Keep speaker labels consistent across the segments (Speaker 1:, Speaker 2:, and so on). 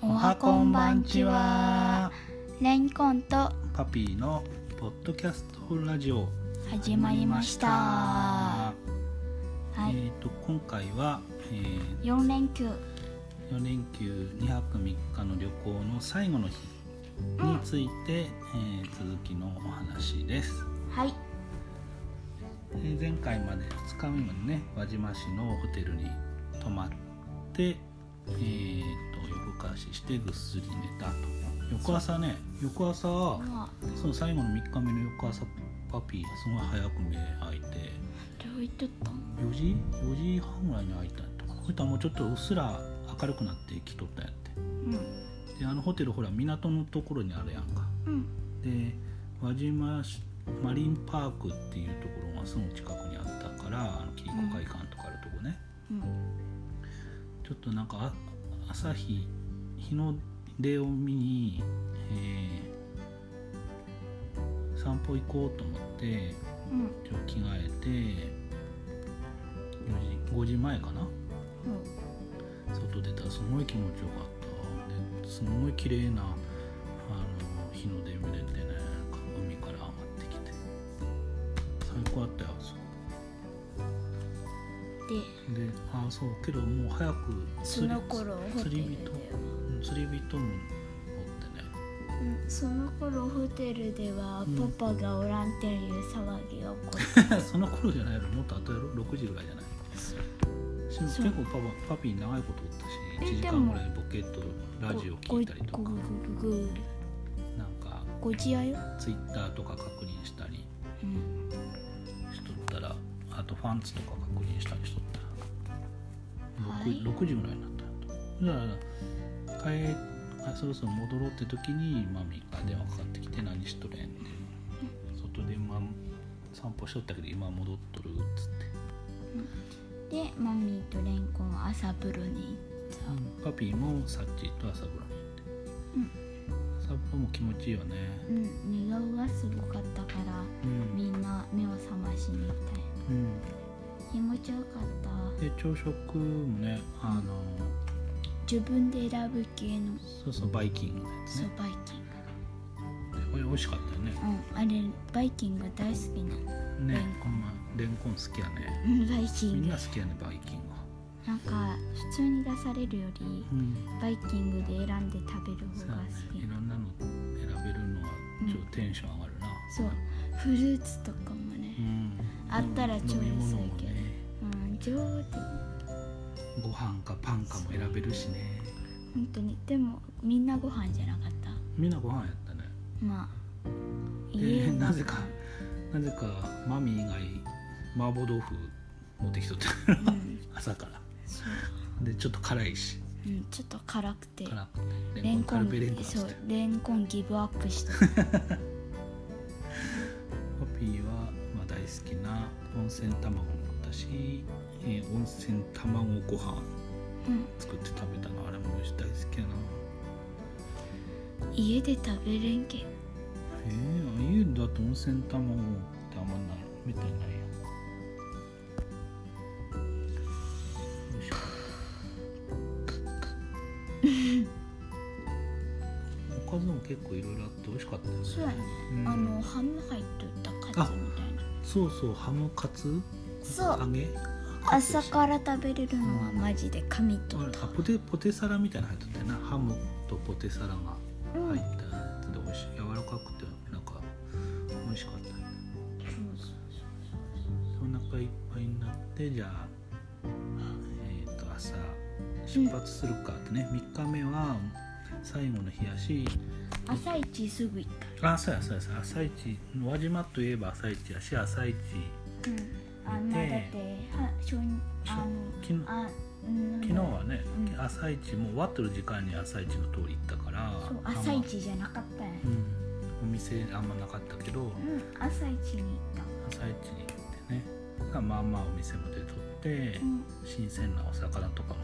Speaker 1: はこんばんちはレンコンと
Speaker 2: パピーのポッドキャストラジオ
Speaker 1: 始まりましたは
Speaker 2: え
Speaker 1: い
Speaker 2: っ、と今回は、え
Speaker 1: 4連休
Speaker 2: ー、4連休2泊3日の旅行の最後の日について、えー続きのお話です、
Speaker 1: はい
Speaker 2: えー前回まで2日目までね輪島市のホテルに泊まってえー、と夜更かししてぐっすり寝たと翌朝ね翌朝
Speaker 1: まあ
Speaker 2: その最後の3日目の翌朝パピーがすごい早く目開いて
Speaker 1: どう言っとったん
Speaker 2: 4時4時半ぐらいに開いたんとかなそれともうちょっとうっすら明るくなってきとったんやっ
Speaker 1: うん
Speaker 2: てであのホテルほら港のところにあるやんか
Speaker 1: うん
Speaker 2: で輪島市マリンパークっていうところがすぐ近くにあったからあの霧子会館とかあるとこね、
Speaker 1: うん
Speaker 2: ちょっとなんかあ朝日日の出を見に、えー散歩行こうと思って
Speaker 1: うん
Speaker 2: ちょっと着替えて4時5時前かな外出たらすごい気持ちよかったですごい綺麗なあの日の出見れてね海から上がってきて最高だったよそ
Speaker 1: で
Speaker 2: うでああそうけどもう早く
Speaker 1: その頃ホテ
Speaker 2: 釣
Speaker 1: ル
Speaker 2: り
Speaker 1: で
Speaker 2: 人
Speaker 1: は
Speaker 2: うん釣り人もおってね
Speaker 1: うんその頃ホテルでは
Speaker 2: うん
Speaker 1: パパがおらんっていう騒ぎが起こっ
Speaker 2: その頃じゃないやろもっと後やろ6時ぐらいじゃないし
Speaker 1: そう
Speaker 2: 結構パパパピー長いことおったし
Speaker 1: え
Speaker 2: 1時
Speaker 1: でも
Speaker 2: 間ぐらいボケット
Speaker 1: た
Speaker 2: ラジオ聞いたりとか
Speaker 1: ごごごご
Speaker 2: なんか
Speaker 1: ご自愛よ
Speaker 2: ツイッターとか確認したり
Speaker 1: うん
Speaker 2: しとったらあとファンツとか確認したりしとったら 6,、
Speaker 1: はい
Speaker 2: 6時ぐらいになったとだから帰あそろそろ戻ろうって時にマミが電話かかってきて「何しとれん」って外で、まあ、散歩しとったけど今戻っとるっつって、
Speaker 1: でマミーとレンコン朝風呂に
Speaker 2: パピーもサッチーと朝風呂に行って、朝風呂も気持ちいいよね
Speaker 1: 行ったうん寝顔がすごかったから
Speaker 2: うん、
Speaker 1: みんな目を覚ましに行ったよ
Speaker 2: うん
Speaker 1: 気持ちよかった
Speaker 2: で朝食もねあの、
Speaker 1: 自分で選ぶ系の
Speaker 2: そうそうバイキングのやつ
Speaker 1: そう
Speaker 2: ね
Speaker 1: バイキン
Speaker 2: これ美味しかったよね
Speaker 1: グうんあれバイキング大好きなの
Speaker 2: ね
Speaker 1: レンコン
Speaker 2: こんなレンコン好きやね
Speaker 1: うんバイキ
Speaker 2: み
Speaker 1: ン
Speaker 2: ん
Speaker 1: グ
Speaker 2: な好きやねバイキングは
Speaker 1: なんか普通に出されるより
Speaker 2: うん
Speaker 1: バイキングで選んで食べる
Speaker 2: そう
Speaker 1: 方が
Speaker 2: やね
Speaker 1: 好き
Speaker 2: いろんなの選べるのはちょっとテンション上がるな
Speaker 1: そうフルーツとかもね
Speaker 2: うん
Speaker 1: あったら
Speaker 2: 飲
Speaker 1: 超
Speaker 2: み
Speaker 1: 安
Speaker 2: 物
Speaker 1: い
Speaker 2: も
Speaker 1: けど
Speaker 2: ね
Speaker 1: うん上手
Speaker 2: ご飯かパンかも選べるしね
Speaker 1: 本当にでもみんなご飯じゃなかった
Speaker 2: みんなご飯やったね
Speaker 1: まあい
Speaker 2: で
Speaker 1: い
Speaker 2: なぜかなぜかマミ以外麻婆豆腐持ってきと った
Speaker 1: うん
Speaker 2: 朝から
Speaker 1: そう
Speaker 2: でちょっと辛いし
Speaker 1: うん、ちょっと辛くて
Speaker 2: 辛くてレ
Speaker 1: レ
Speaker 2: ン
Speaker 1: ン
Speaker 2: コ
Speaker 1: コ
Speaker 2: ンカル
Speaker 1: ン
Speaker 2: ベレンコンっつ
Speaker 1: そ
Speaker 2: っ
Speaker 1: う
Speaker 2: て
Speaker 1: レンコンギブアップした
Speaker 2: パピーは、まあ、大好きな温泉卵もあったし、えー温泉卵ご飯
Speaker 1: うん
Speaker 2: 作って食べたのあれも美味しい大好きやな
Speaker 1: 家で食べれんけん
Speaker 2: えー、家だと温泉卵ってあんまないみたいないやんよいしょおかずも結構いろいろあって美味しかったよね
Speaker 1: そうやね、
Speaker 2: うん
Speaker 1: あのハム入っとったカツみたいな
Speaker 2: そうそうハムカツ
Speaker 1: そう
Speaker 2: 揚げカツ
Speaker 1: 朝から食べれるのはマジで神と
Speaker 2: あ
Speaker 1: っ
Speaker 2: れ
Speaker 1: た
Speaker 2: あポテポテサラみたいなの入っとったよなハムとポテサラが
Speaker 1: うん、
Speaker 2: 入
Speaker 1: そう
Speaker 2: ったやつで美味しい柔らかくてなんか美味しかったよね
Speaker 1: そう
Speaker 2: お腹いっぱいになってじゃあえー、と朝出発するかってね、3日目は最後の日やし
Speaker 1: 朝一すぐ行っ
Speaker 2: あそうやそうやそうや朝一輪島といえば朝一やし朝一
Speaker 1: たうんあんなだっては初日あ
Speaker 2: 昨日
Speaker 1: のあうん
Speaker 2: 昨日はね、
Speaker 1: うん
Speaker 2: 朝一もう終わってる時間に朝一の通り行ったから
Speaker 1: そう
Speaker 2: あんま
Speaker 1: 朝一じゃなかったね
Speaker 2: うん、お店あんまなかったけど、
Speaker 1: うん朝一に行った
Speaker 2: 朝一に行ってねまあまあお店も出とって、
Speaker 1: うん
Speaker 2: 新鮮なお魚とかも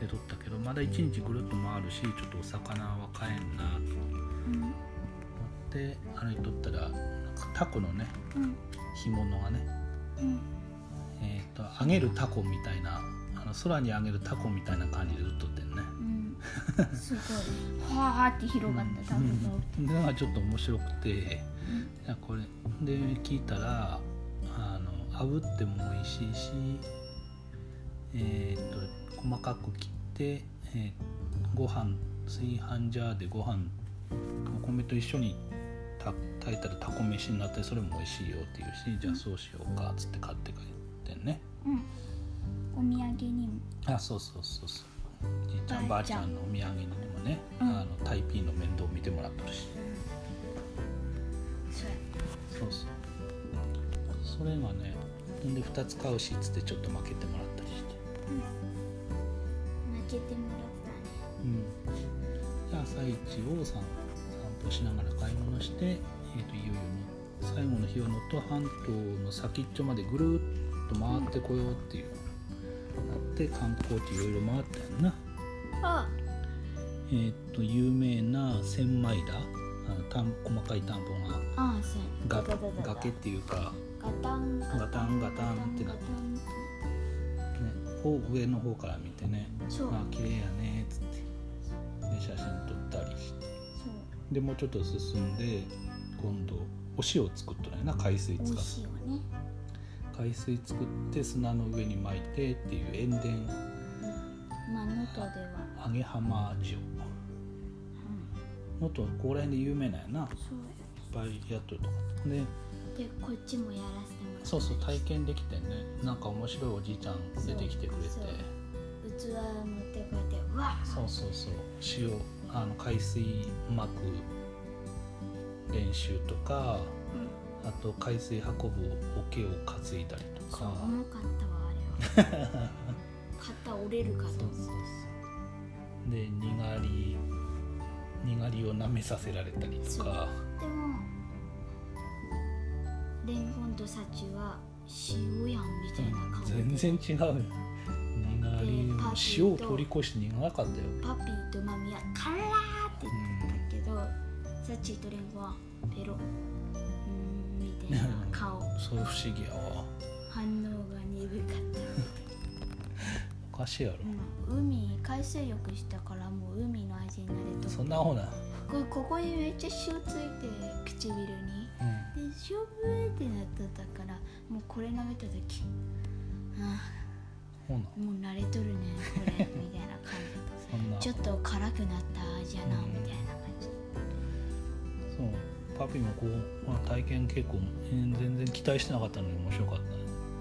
Speaker 2: 出とったけどまだ一日ぐるっと回るしちょっとお魚は買えんなと思
Speaker 1: うん
Speaker 2: って歩いとったらなんかタコのね
Speaker 1: うん
Speaker 2: 干物がね、
Speaker 1: うん
Speaker 2: えー、と揚げるタコみたいなあの空に揚げるタコみたいな感じで売っとってんね
Speaker 1: うんすごいファーって広がった単語が
Speaker 2: うんがちょっと面白くていやこれで聞いたらあの炙っても美味しいし、えーっと細かく切って、えー、ご飯炊飯ジャーでご飯お米と一緒にた炊いたらタコ飯になってそれも美味しいよっていうしじゃあそうしようかっつって買って帰ってんね
Speaker 1: うんお土産にも
Speaker 2: あそうそうそうそうじいちゃんば
Speaker 1: ば
Speaker 2: あ
Speaker 1: あ
Speaker 2: ち
Speaker 1: ち
Speaker 2: ゃ
Speaker 1: ゃん
Speaker 2: んのお土産にでもね、
Speaker 1: うん
Speaker 2: あのタイピーの面倒見てもらっとるし
Speaker 1: そう
Speaker 2: そうそうそれがねほんで2つ買うしっつってちょっと負けてもらったりして
Speaker 1: 泣けてもらったね
Speaker 2: うんで朝一を散散歩しながら買い物して、えー、といよいよね最後の日は能登半島の先っちょまでぐるっと回ってこようっていう、なって観光地いろいろ回ったよな
Speaker 1: あ
Speaker 2: えーっと有名な千枚田あの田ん細かい田んぼ
Speaker 1: あそう
Speaker 2: が
Speaker 1: ガタガ
Speaker 2: が
Speaker 1: タガタ
Speaker 2: 崖っていうか、
Speaker 1: ガタンガ
Speaker 2: ガタンガタンってなって、ね、を上の方から見てね「
Speaker 1: そう
Speaker 2: あ綺麗やね」っつってで写真撮ったりして
Speaker 1: そう
Speaker 2: でもうちょっと進んで今度お塩作っとるんやな海水使
Speaker 1: 美
Speaker 2: っ
Speaker 1: 味していよね
Speaker 2: 海水作って砂の上に巻いてっていう塩田
Speaker 1: まあ能登では、
Speaker 2: 揚げ浜
Speaker 1: う
Speaker 2: 塩
Speaker 1: ん、
Speaker 2: もっとここら辺で有名なんやないっ
Speaker 1: そう
Speaker 2: ぱいやっとるとこで
Speaker 1: でこっちもやらせてもらった
Speaker 2: そうそう体験できてねなんか面白いおじいちゃん出てきてくれて
Speaker 1: そう器持ってこうやってわあ
Speaker 2: そうそうそう塩あの海水巻く練習とか
Speaker 1: うん
Speaker 2: あと海水運ぶ桶を担いだり
Speaker 1: そ
Speaker 2: と
Speaker 1: う
Speaker 2: か
Speaker 1: 重かったわあれ は肩折れるかと思う
Speaker 2: そうでにがりにがりを舐めさせられたりとか
Speaker 1: でもレンコンとサチは塩やんみたいな顔
Speaker 2: 全然違うよにがり
Speaker 1: で
Speaker 2: も
Speaker 1: パティ
Speaker 2: 塩を
Speaker 1: と
Speaker 2: 取り越して苦かったよ、
Speaker 1: パピーとマミはカラーって
Speaker 2: うん
Speaker 1: 言ったけどサチとレンコンはペロうーんみたいな顔
Speaker 2: そう不思議やわ
Speaker 1: 反応が鈍かった
Speaker 2: おかしいやろ、
Speaker 1: うん海海水浴したからもう海の味になると
Speaker 2: そんなほな、
Speaker 1: これここにめっちゃ塩ついて唇に
Speaker 2: うん
Speaker 1: で塩ブーってなっとったからもうこれ舐めた時あ
Speaker 2: ほな
Speaker 1: あもう慣れと るねこれみたいな感
Speaker 2: そんな
Speaker 1: じちょっと辛くなった味やなみたいな感じ
Speaker 2: そうパピもこう、まあ、体験結構えー全然期待してなかったのに面白かったね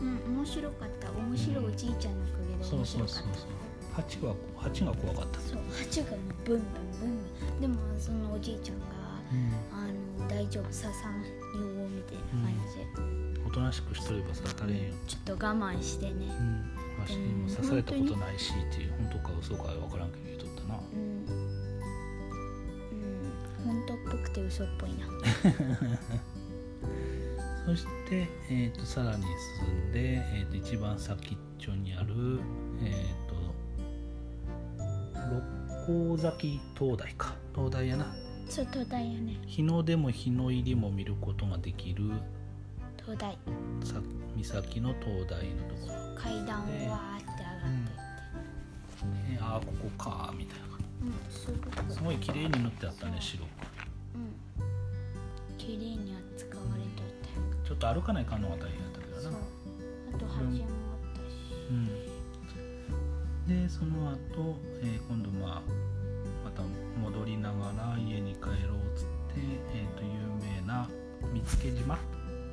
Speaker 1: うん面白かった面白いおじいちゃんのおかげで
Speaker 2: そ
Speaker 1: 面
Speaker 2: うそ
Speaker 1: 白
Speaker 2: う
Speaker 1: か
Speaker 2: そ
Speaker 1: っ
Speaker 2: う
Speaker 1: た
Speaker 2: そう蜂は蜂が怖かった
Speaker 1: そう蜂がもうブンブンブンでもそのおじいちゃんが
Speaker 2: うん
Speaker 1: あの大丈夫刺さんようみたいな感じで、
Speaker 2: おとなしくしとれば刺されんよ、
Speaker 1: ちょっと我慢してね
Speaker 2: うん、わしにも刺されたことないしっていう本当か嘘か分からんけど言うとったな
Speaker 1: うんうん本当っぽくて嘘っぽいな
Speaker 2: そして、えー、とさらに進んで、えー、と一番先っちょにある、えー、と六甲崎灯台か灯台やな
Speaker 1: そう東大やね
Speaker 2: 日の出も日の入りも見ることができる
Speaker 1: 東大
Speaker 2: さ岬の灯台のところ
Speaker 1: 階段をわーって上がっていって、
Speaker 2: ねああここかみたい
Speaker 1: うん、すごく
Speaker 2: なすごい綺麗に塗ってあったね白
Speaker 1: うん綺麗に扱われとっ
Speaker 2: ちょっと歩かないかんのが大変だったけ
Speaker 1: た
Speaker 2: ど
Speaker 1: そ
Speaker 2: な
Speaker 1: うあと端もあったし、
Speaker 2: うん、でその後、えー今度まあまた戻りながら家に帰ろうっつって、えー、と有名な見附島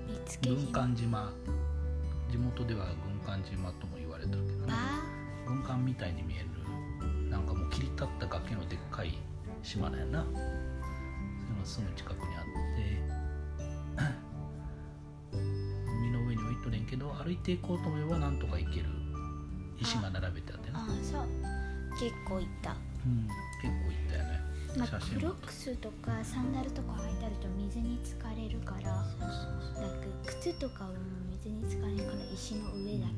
Speaker 1: 見つけ
Speaker 2: 軍
Speaker 1: 島
Speaker 2: 艦島地元では軍艦島とも言われてるけどね
Speaker 1: バ
Speaker 2: 軍艦みたいに見えるなんかもう切り立った崖のでっかい島だよなそれがすぐ近くにあって 海の上に置いとれんけど歩いていこうと思えばなんとか行ける石が並べてあって
Speaker 1: ーあ
Speaker 2: な、
Speaker 1: ーそう結構いった、
Speaker 2: うん、結構行ったよね
Speaker 1: ま
Speaker 2: 写
Speaker 1: あ、
Speaker 2: 真
Speaker 1: クロックスとかサンダルとか履いてあると水に浸かれるから
Speaker 2: そうそうそう
Speaker 1: なく靴とかはもう水に浸かれるから石の上だけになっ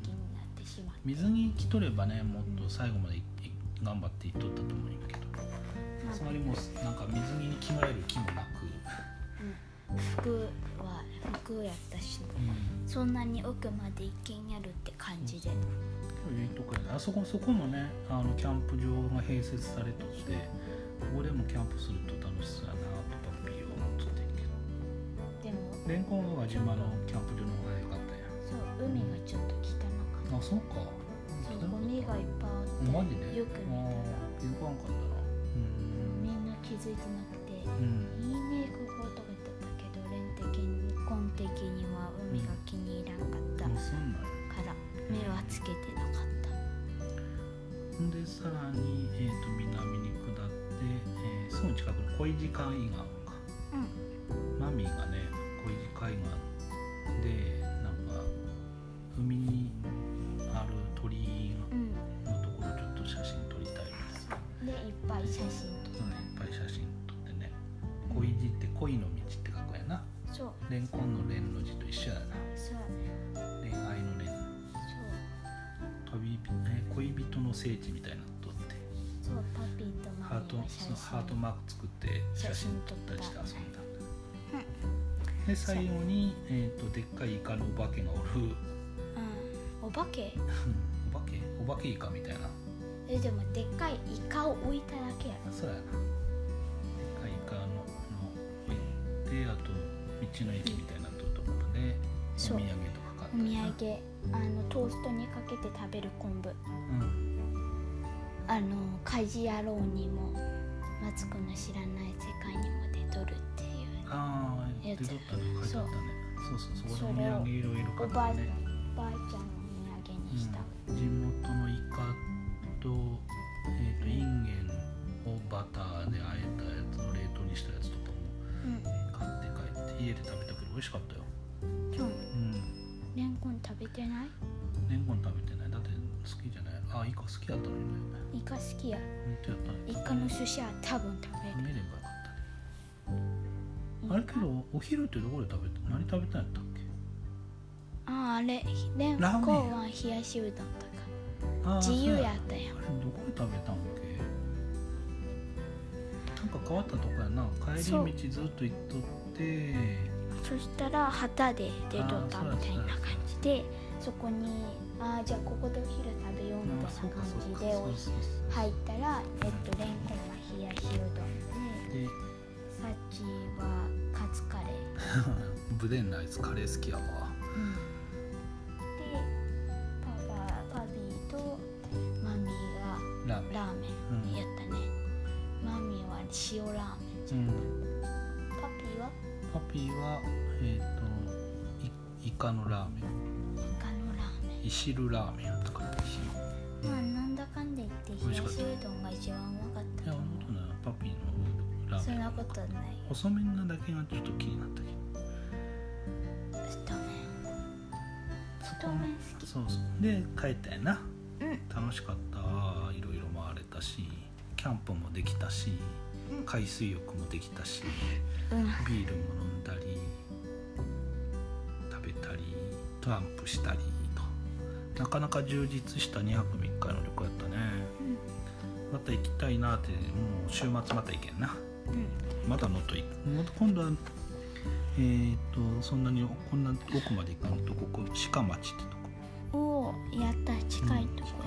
Speaker 1: てしまって、
Speaker 2: 水に来とればねもっと最後までいい頑張って行っとったと思うんやけど
Speaker 1: まあ
Speaker 2: つまりもうなんか水着に着替える気もなく、
Speaker 1: うん、服は服やったし
Speaker 2: うん
Speaker 1: そんなに奥まで一軒やるって感じで
Speaker 2: 今日いいとこやなあそこそこもねあのキャンプ場が併設されとってここでもキャンプすると楽しそうやなとかビヨーンとっ
Speaker 1: で
Speaker 2: てんけど
Speaker 1: も
Speaker 2: レンコンは島のキャンプ場の方が良かっ
Speaker 1: そ
Speaker 2: たんや
Speaker 1: う海がちょっと汚かった
Speaker 2: あそうか
Speaker 1: そうゴミがいっぱいあって
Speaker 2: マジで
Speaker 1: よく見たら
Speaker 2: あー気づかんかったな
Speaker 1: みんな気づいてなくて
Speaker 2: うーんうん
Speaker 1: いいねこことか言ってたけどレン的にコン的には海が気に入らんかった
Speaker 2: もうそんなんや
Speaker 1: から目はつけてなかっ
Speaker 2: でさらに、えー、と南に下って、えーすぐ近くの小石海岸か
Speaker 1: たうん
Speaker 2: マミーがね小石海岸でなんか海にある鳥居
Speaker 1: うん
Speaker 2: のところちょっと写真撮りたいみたい
Speaker 1: でいっぱい写真撮っ
Speaker 2: な、うん、いっぱい写真撮ってね小石って恋の道って書くやな
Speaker 1: たそう
Speaker 2: レンコンのレンの字と一緒やな
Speaker 1: そう
Speaker 2: 恋愛のレン
Speaker 1: そ
Speaker 2: 旅人ね恋人の聖地みたいなの撮って
Speaker 1: うそうパピーと
Speaker 2: ハ
Speaker 1: マ
Speaker 2: ート
Speaker 1: ミーの写
Speaker 2: そ
Speaker 1: 真
Speaker 2: のハートマーク作って写真撮ったりして遊んだんだで最後に、えー、とでっかいイカのお化けがお
Speaker 1: う
Speaker 2: る
Speaker 1: んお化け
Speaker 2: お化けお化けイカみたいな
Speaker 1: えでもでっかいイカを置いただけやろ
Speaker 2: そうやなでっかいイカのの置いてあと道の駅みたいなとことかでお土
Speaker 1: そう
Speaker 2: 産とか買っ
Speaker 1: お
Speaker 2: た
Speaker 1: 土
Speaker 2: りな
Speaker 1: 産あのトーストにかけて食べる昆布
Speaker 2: うん
Speaker 1: あの家事野郎にもマツコの知らない世界にも出とるっていう
Speaker 2: ああ出とったね書いてあったねそうそうそこでお土産いろいろ
Speaker 1: お
Speaker 2: 買
Speaker 1: ばあ
Speaker 2: ってね
Speaker 1: おばあちゃんをお土産にした、
Speaker 2: うん、地元のイカと,、えー、とインゲンをバターで和えたやつの冷凍にしたやつとかも買って帰って家で食べたけど美味しかったよ
Speaker 1: うん今日
Speaker 2: うん
Speaker 1: レンコン食べてない
Speaker 2: レンコン食べてないだって好きじゃないあイカ好きやったのにね
Speaker 1: イカ好きや
Speaker 2: 本当やったね
Speaker 1: イカの寿司は多分食べる
Speaker 2: 見ればよかったねあれけどお昼ってどこで食べた何食べたんやったっけ
Speaker 1: あああれレンコ
Speaker 2: ラーメ
Speaker 1: ン
Speaker 2: ン
Speaker 1: は冷やしうどんとか
Speaker 2: あー
Speaker 1: 自由
Speaker 2: そう
Speaker 1: やったやん
Speaker 2: あれどこで食べたんっけなんか変わったとこやな帰
Speaker 1: そう
Speaker 2: り道ずっと行っとって
Speaker 1: そしたら旗で出とった
Speaker 2: あー
Speaker 1: みたいな感じでそこにああじゃあここでお昼食べようみ
Speaker 2: ま
Speaker 1: たい
Speaker 2: あそう
Speaker 1: な
Speaker 2: か
Speaker 1: 感
Speaker 2: そう
Speaker 1: じ
Speaker 2: か
Speaker 1: で
Speaker 2: そうそうそ
Speaker 1: 入ったら、えっと、レンコンは冷やしうどん
Speaker 2: う
Speaker 1: で
Speaker 2: で
Speaker 1: さっきはカツカレー、
Speaker 2: ブレンライスカレー好きやわ
Speaker 1: でパパパビーとマミー
Speaker 2: ラーメ
Speaker 1: がラーメ
Speaker 2: うん
Speaker 1: ンやったね、マミーは塩ラーメ
Speaker 2: ン、うん、
Speaker 1: ンパピーは
Speaker 2: パピーはえっ、といイカのラーメン
Speaker 1: イカのラーメン
Speaker 2: イシルラーメンやったからいし
Speaker 1: まあなんだかんだ言って
Speaker 2: 美
Speaker 1: 冷
Speaker 2: 味しか
Speaker 1: や
Speaker 2: っ
Speaker 1: したうどんが一番うまかっ
Speaker 2: い
Speaker 1: たと
Speaker 2: や俺
Speaker 1: 思
Speaker 2: のことなパピーのラ
Speaker 1: う
Speaker 2: ー
Speaker 1: そ
Speaker 2: メ
Speaker 1: ん
Speaker 2: ン
Speaker 1: なことはない
Speaker 2: 細麺なだけがちょっと気になったけど
Speaker 1: 太麺
Speaker 2: そ
Speaker 1: 太麺好き
Speaker 2: そうそうで帰ったやな
Speaker 1: うん
Speaker 2: 楽しかったいろいろ回れたしキャンプもできたし
Speaker 1: うん
Speaker 2: 海水浴もできたし
Speaker 1: うん
Speaker 2: ビールも飲んだり食べたりトランプしたりとなかなか充実した2泊3日の旅行やったねまた行きたいなってもう週末また行けんな
Speaker 1: うんうん
Speaker 2: またのといまた今度はえー、っとそんなにこんな奥まで行かんとここ鹿町ってとこ
Speaker 1: おおやった近いとこ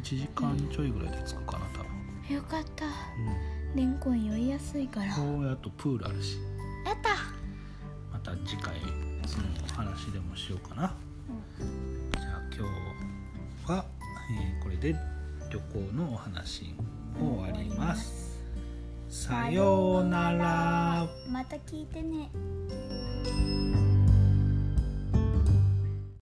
Speaker 2: 1時間ちょいぐらいで着くかな多分、
Speaker 1: やよかったレンコン酔いやすいからやっ
Speaker 2: こうやとプールあるし
Speaker 1: た
Speaker 2: また次回その話でもしようかなじゃあ今日は、えーこれで旅行のお話を終わりますさようなら
Speaker 1: また聞いてね